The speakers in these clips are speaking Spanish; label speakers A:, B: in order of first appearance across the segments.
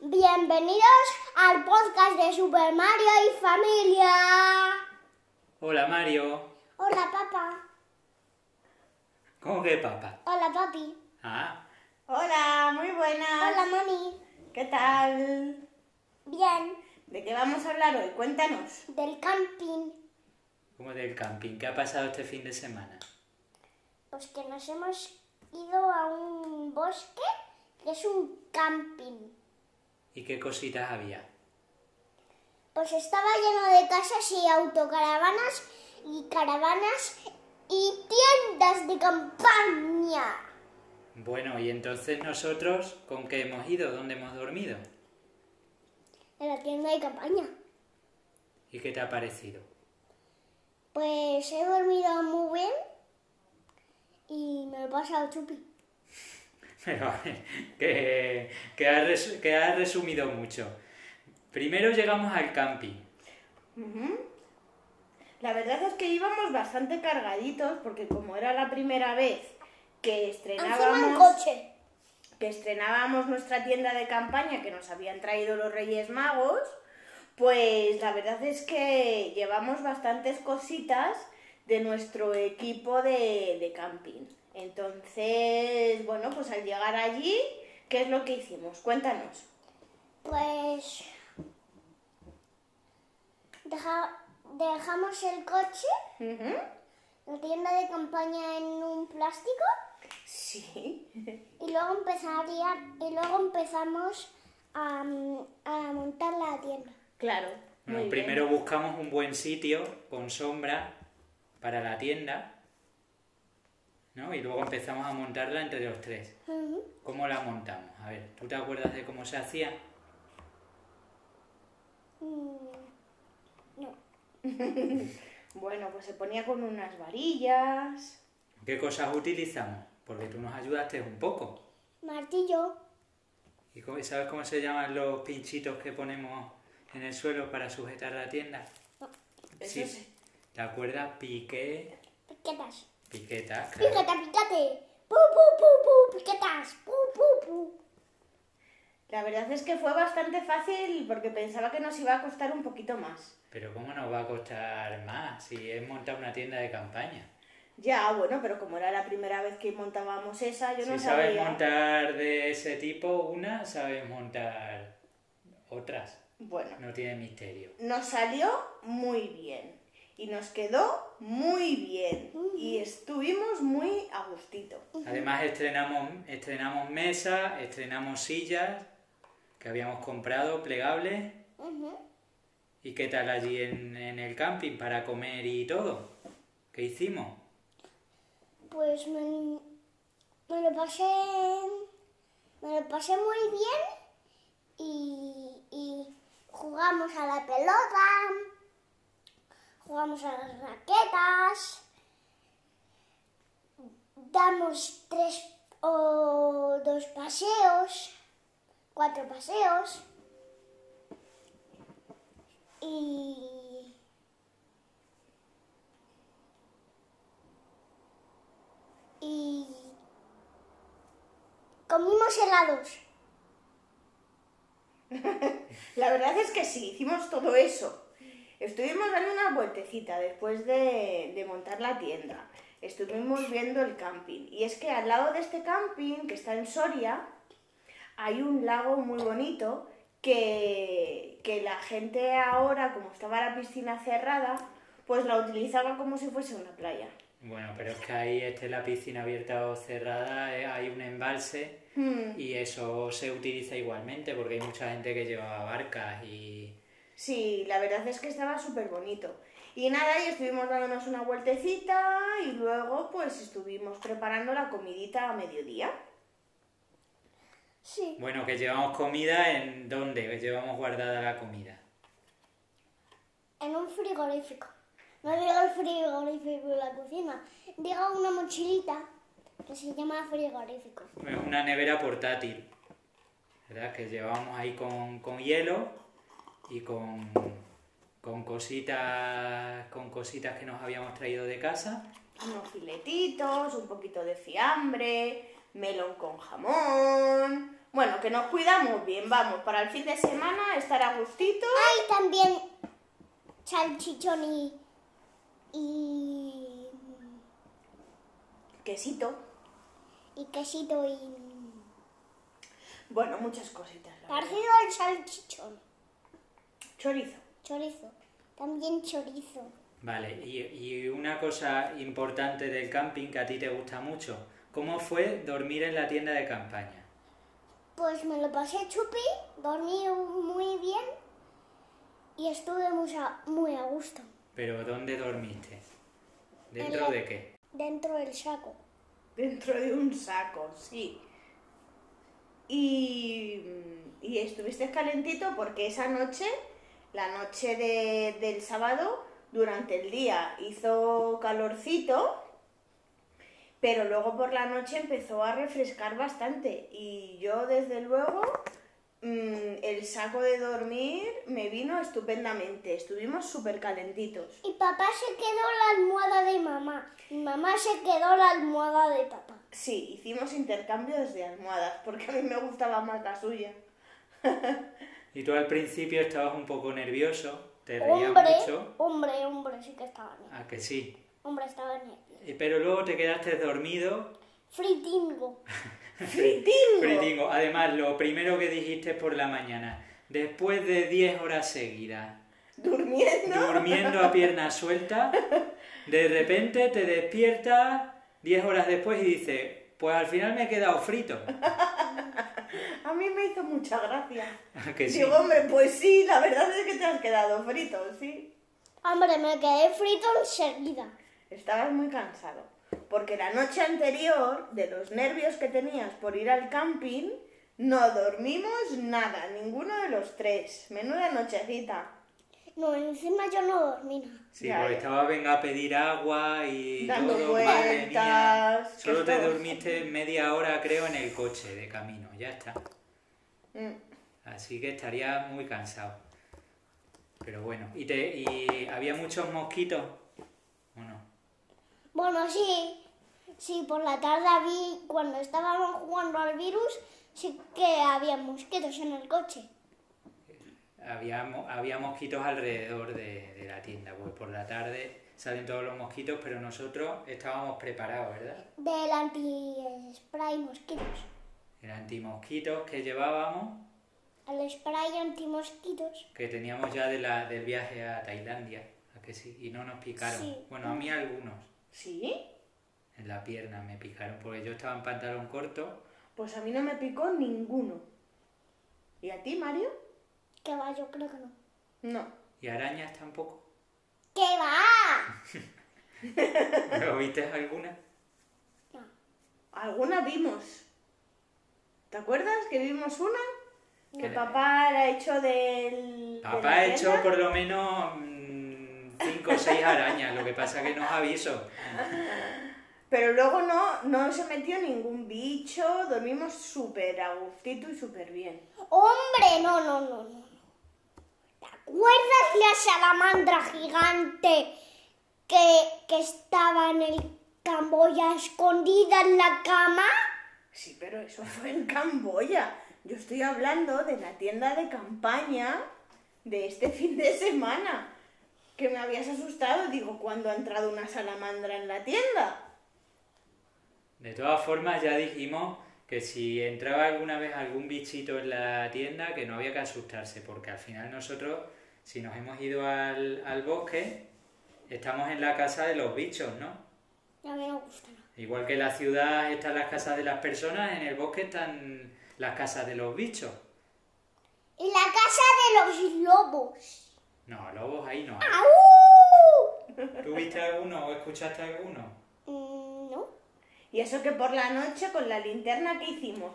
A: Bienvenidos al podcast de Super Mario y familia.
B: Hola Mario.
A: Hola papá.
B: ¿Cómo que papá?
A: Hola papi.
B: Ah,
C: Hola, muy buenas.
A: Hola mami.
C: ¿Qué tal?
A: Bien.
C: ¿De qué vamos a hablar hoy? Cuéntanos.
A: Del camping.
B: como del camping. ¿Qué ha pasado este fin de semana?
A: Pues que nos hemos ido a un bosque que es un camping.
B: ¿Y qué cositas había?
A: Pues estaba lleno de casas y autocaravanas y caravanas y tiendas de campaña.
B: Bueno, y entonces nosotros, ¿con qué hemos ido? ¿Dónde hemos dormido?
A: En la tienda de campaña.
B: ¿Y qué te ha parecido?
A: Pues he dormido muy bien y me lo he pasado chupi.
B: Pero a ver, que, que has resu- que has resumido mucho. Primero llegamos al camping.
C: Ujú. La verdad es que íbamos bastante cargaditos porque como era la primera vez
A: Encima
C: que
A: en
C: estrenábamos,
A: coche.
C: que estrenábamos nuestra tienda de campaña que nos habían traído los Reyes Magos, pues la verdad es que llevamos bastantes cositas de nuestro equipo de, de camping. Entonces, bueno, pues al llegar allí, ¿qué es lo que hicimos? Cuéntanos.
A: Pues deja- dejamos el coche,
C: Ujú.
A: la tienda de campaña en un plástico
C: Sí.
A: y luego empezaría y luego empezamos a, mm, a montar la tienda.
C: Claro.
B: Bueno,
C: muy bien.
B: primero buscamos un buen sitio con sombra para la tienda. ¿No? Y luego empezamos a montarla entre los tres.
A: Ujú.
B: ¿Cómo la montamos? A ver, ¿tú te acuerdas de cómo se hacía?
A: Mm, No.
C: Bueno, pues se ponía con unas varillas.
B: ¿Qué cosas utilizamos? Porque tú nos ayudaste un poco.
A: Martillo,
B: ¿Y cómo- sabes cómo se llaman los pinchitos que ponemos en el suelo para sujetar la tienda?
C: Oh, Eso
B: Sí.
C: sí.
B: ¿Te acuerdas? Piqué,
A: piquetas.
B: piquetas. claro.
A: Pícate, pícate. Pu, pu, pu, pu, piquetas. Pu, pu, pu.
C: La verdad es que fue bastante fácil porque pensaba que nos iba a costar un poquito más.
B: Pero ¿cómo nos va a costar más si es montar una tienda de campaña?
C: Ya, bueno, pero como era la primera vez que montábamos esa, yo no
B: si sabes
C: sabía.
B: montar de ese tipo una, sabes montar otras.
C: Bueno,
B: No tiene misterio.
C: nos salió muy bien. Y nos quedó muy bien. Y estuvimos muy a gustito.
B: Además estrenamos, estrenamos mesas, estrenamos sillas que habíamos comprado, plegables.
A: Ujú.
B: ¿Y qué tal allí en, en el camping para comer y todo? ¿Qué hicimos?
A: Pues me, me lo pasé. Me lo pasé muy bien y, y jugamos a la pelota, jugamos a las raquetas, damos tres o dos paseos, cuatro paseos y y comimos helados.
C: La verdad es que sí, hicimos todo eso. Estuvimos dando una vueltecita después de, de montar la tienda. Estuvimos viendo el camping. Y es que al lado de este camping, que está en Soria, hay un lago muy bonito que, que la gente ahora, como estaba la piscina cerrada, pues la utilizaba como si fuese una playa.
B: Bueno, pero es que ahí esté la piscina abierta o cerrada, eh, hay un embalse
C: Hmm,
B: y eso se utiliza igualmente porque hay mucha gente que lleva barcas y,
C: Sí, la verdad es que estaba súper bonito. Y nada, y estuvimos dándonos una vueltecita y luego pues estuvimos preparando la comidita a mediodía.
A: Sí.
B: Bueno, que llevamos comida en dónde? Que llevamos guardada la comida.
A: En un frigorífico. No digo el frigorífico de la cocina, digo una mochilita que se llama frigorífico.
B: Es una nevera portátil, ¿verdad? Que llevamos ahí con, con hielo y con, con cositas con cositas que nos habíamos traído de casa.
C: Unos filetitos, un poquito de fiambre, melón con jamón. Bueno, que nos cuidamos bien, vamos, para el fin de semana estar a gustito.
A: Hay también salchichón y, y,
C: Quesito.
A: y quesito y...
C: Bueno, muchas cositas. la verdad.
A: Parecido al salchichón.
C: Chorizo.
A: Chorizo. También chorizo.
B: Vale, y, y una cosa importante del camping que a ti te gusta mucho, ¿cómo fue dormir en la tienda de campaña?
A: Pues me lo pasé chupi, dormí muy bien y estuve muy a, muy a gusto
B: ¿Pero dónde dormiste?
A: En
B: ¿Dentro
A: la-
B: de qué?
A: dentro del saco.
C: Dentro de un saco, sí. Y, y estuviste calentito porque esa noche, la noche de- del sábado, durante el día hizo calorcito, pero luego por la noche empezó a refrescar bastante. Y yo, desde luego, mm, el saco de dormir me vino estupendamente. Estuvimos súper calentitos.
A: Y papá se quedó la almohada de mamá. Y mamá se quedó la almohada de papá.
C: Sí, hicimos intercambios de almohadas porque a mí me gustaba más la suya.
B: Y tú al principio estabas un poco nervioso, te reías
A: Hombre,
B: mucho,
A: hombre, hombre, sí que estaba bien.
B: a que sí.
A: Hombre, estaba bien.
B: Eh, Pero luego te quedaste dormido.
A: Fritingo.
C: ¡Fritingo!
B: Fritingo. Además, lo primero que dijiste por la mañana, después de 10 horas seguidas,
C: Durmiendo.
B: durmiendo a pierna suelta, de repente te despiertas 10 horas después y dices, pues al final me he quedado frito.
C: A mí me hizo mucha gracia.
B: ¿A que sí?
C: Digo, hombre, pues sí, la verdad es que te has quedado frito, sí.
A: Hombre, me quedé frito enseguida.
C: Estabas muy cansado. Porque la noche anterior, de los nervios que tenías por ir al camping, no dormimos nada, ninguno de los tres. Menuda nochecita.
A: No, encima yo no dormí nada.
B: Sí,
C: Ya,
B: porque
C: ya.
B: estaba venga a pedir agua y
C: Dando
B: todo, madre mía.
C: vueltas, que
B: Solo te
C: esto-
B: dormiste media hora, creo, en el coche de camino, ya está.
C: Mm.
B: Así que estaría muy cansado. Pero bueno, ¿y, te, y había muchos mosquitos? ¿O no?
A: Bueno, sí. Sí, por la tarde vi, cuando estábamos jugando al virus, sí que había mosquitos en el coche.
B: Había, mo- había mosquitos alrededor de, de la tienda, pues por la tarde salen todos los mosquitos, pero nosotros estábamos preparados, ¿verdad?
A: Del anti-spray mosquitos.
B: El antimosquitos que llevábamos,
A: El spray anti-mosquitos.
B: que teníamos ya de la, del viaje a Tailandia, ¿a que sí? Y no nos picaron.
A: Sí.
B: Bueno, a mí algunos
C: ¿Sí?
B: en la pierna me picaron, porque yo estaba en pantalón corto.
C: Pues a mí no me picó ninguno. ¿Y a ti, Mario?
A: Que va, yo creo que no.
C: No.
B: ¿Y arañas tampoco?
A: ¡Que va!
B: ¿Pero viste alguna?
A: No.
C: Alguna vimos. ¿Te acuerdas que vimos una? Que
B: No.
C: papá la hecho del. de
B: Papá
C: la
B: ha hecho
C: tienda?
B: por lo menos 5 o 6 arañas, lo que pasa que nos aviso.
C: Pero luego no, no se metió ningún bicho, dormimos súper a gustito y súper bien.
A: ¡Hombre! No, no, no, no. ¿Te acuerdas la salamandra gigante que, que estaba en el Camboya escondida en la cama?
C: Sí, pero eso fue en Camboya. Yo estoy hablando de la tienda de campaña de este fin de semana. Que me habías asustado, digo, cuando ha entrado una salamandra en la tienda.
B: De todas formas, ya dijimos que si entraba alguna vez algún bichito en la tienda, que no había que asustarse, porque al final nosotros, si nos hemos ido al, al bosque, estamos en la casa de los bichos, ¿no?
A: A mí no me gusta nada.
B: Igual que en la ciudad están las casas de las personas, en el bosque están las casas de los bichos.
A: Y la casa de los lobos.
B: No, lobos ahí no.
A: ¡Au!
B: hay. ¿Tú viste alguno o escuchaste alguno?
A: Mm, no.
C: Y eso que por la noche con la linterna que hicimos.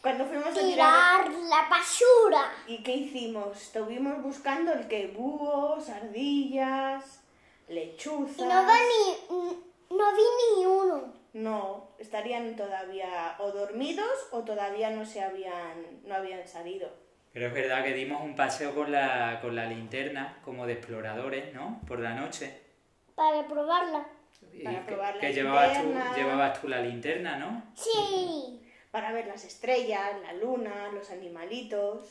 C: Cuando fuimos a tirar...
A: Tirar la basura.
C: ¿Y qué hicimos? Estuvimos buscando el que búhos, ardillas, lechuzas.
A: Y no vi ni, no vi ni uno.
C: No, estarían todavía o dormidos o todavía no se habían, no habían salido.
B: Pero es verdad que dimos un paseo con la, con la linterna, como de exploradores, ¿no? Por la noche.
A: Para probarla.
B: Y
C: Para
B: que-
C: probar la
B: que llevabas tú,
C: linterna.
B: llevabas tú la linterna, ¿no?
A: Sí.
C: para ver las estrellas, la luna, los animalitos.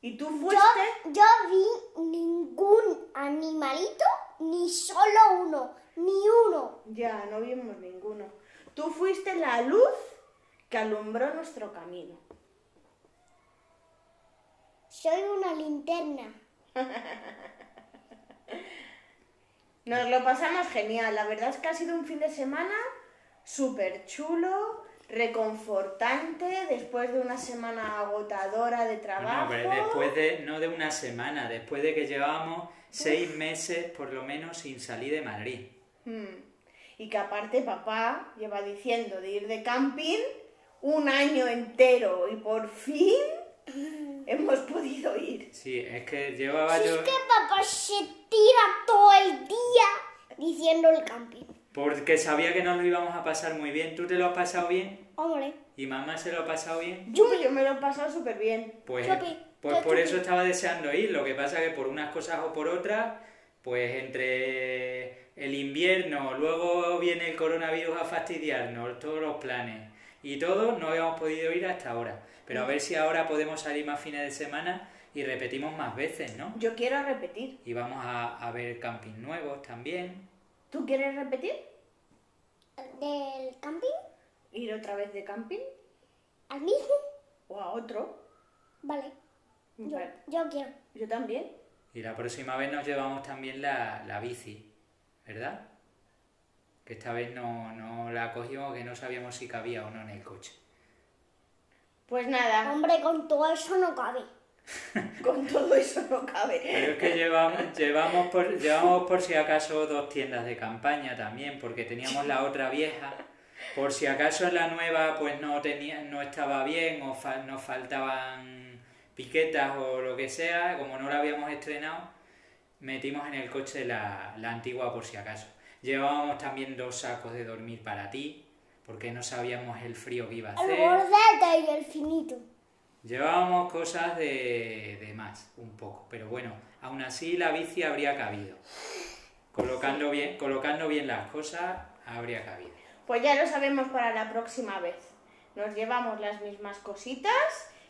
C: Y tú
A: Yo,
C: fuiste.
A: yo vi ningún animalito, ni solo uno, ni uno.
C: Ya, no vimos ninguno. Tú fuiste la luz que alumbró nuestro camino.
A: Soy una linterna.
C: Nos lo pasamos genial. La verdad es que ha sido un fin de semana súper chulo, reconfortante, después de una semana agotadora de trabajo.
B: No, pero después de, no de una semana, después de que llevábamos seis meses por lo menos sin salir de Madrid.
C: Mm. Y que aparte papá lleva diciendo de ir de camping un año entero y por fin hemos podido ir.
B: Sí, es que llevaba
A: Si es
B: Ah, yo...
A: que papá se tira todo el día diciendo el camping.
B: Porque sabía que nos lo íbamos a pasar muy bien. ¿Tú te lo has pasado bien?
A: Hombre,
B: ¿Y mamá se lo ha pasado bien?
C: Yo, yo me lo he pasado súper bien.
B: Pues,
A: Chupi,
B: pues por
A: chupi.
B: eso estaba deseando ir. Lo que pasa que por unas cosas o por otras, pues entre el invierno, luego viene el coronavirus a fastidiarnos, todos los planes y todo, no habíamos podido ir hasta ahora. Pero a ver si ahora podemos salir más fines de semana y repetimos más veces, ¿no?
C: Yo quiero repetir.
B: Y vamos a, a ver campings nuevos también.
C: ¿Tú quieres repetir?
A: del camping
C: ¿Ir otra vez de camping?
A: al mismo,
C: ¿O a otro?
A: vale. Yo,
C: Vale.
A: yo quiero.
C: Yo también.
B: Y la próxima vez nos llevamos también la, la bici, ¿verdad? Que esta vez no, no la cogimos, que no sabíamos si cabía o no en el coche.
C: Pues nada,
A: Hombre, con todo eso no cabe.
C: con todo eso no
B: Pero
C: cabe.
B: es que llevamos, llevamos, por, llevamos por si acaso dos tiendas de campaña también, porque teníamos la otra vieja. Por si acaso la nueva pues no, tenía, no estaba bien o fa- nos faltaban piquetas o lo que sea, como no la habíamos estrenado, metimos en el coche la, la antigua por si acaso. Llevábamos también dos sacos de dormir para ti, porque no sabíamos el frío que iba a
A: El
B: hacer.
A: bordete y el finito.
B: Llevábamos cosas de, de más, un poco, pero bueno, aún así la bici habría cabido. Colocando bien, colocando bien las cosas, habría cabido.
C: Pues ya lo sabemos para la próxima vez. Nos llevamos las mismas cositas,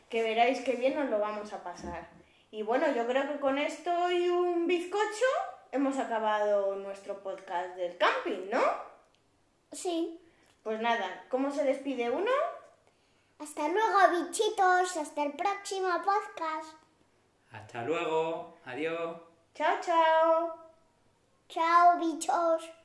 C: que veréis que bien nos lo vamos a pasar. Y bueno, yo creo que con esto y un bizcocho hemos acabado nuestro podcast del camping, ¿no?
A: Sí.
C: Pues nada, ¿cómo se despide uno?
A: Hasta luego, bichitos. Hasta el próximo podcast.
B: Hasta luego, adiós.
C: Chao, chao.
A: Chao, bichos.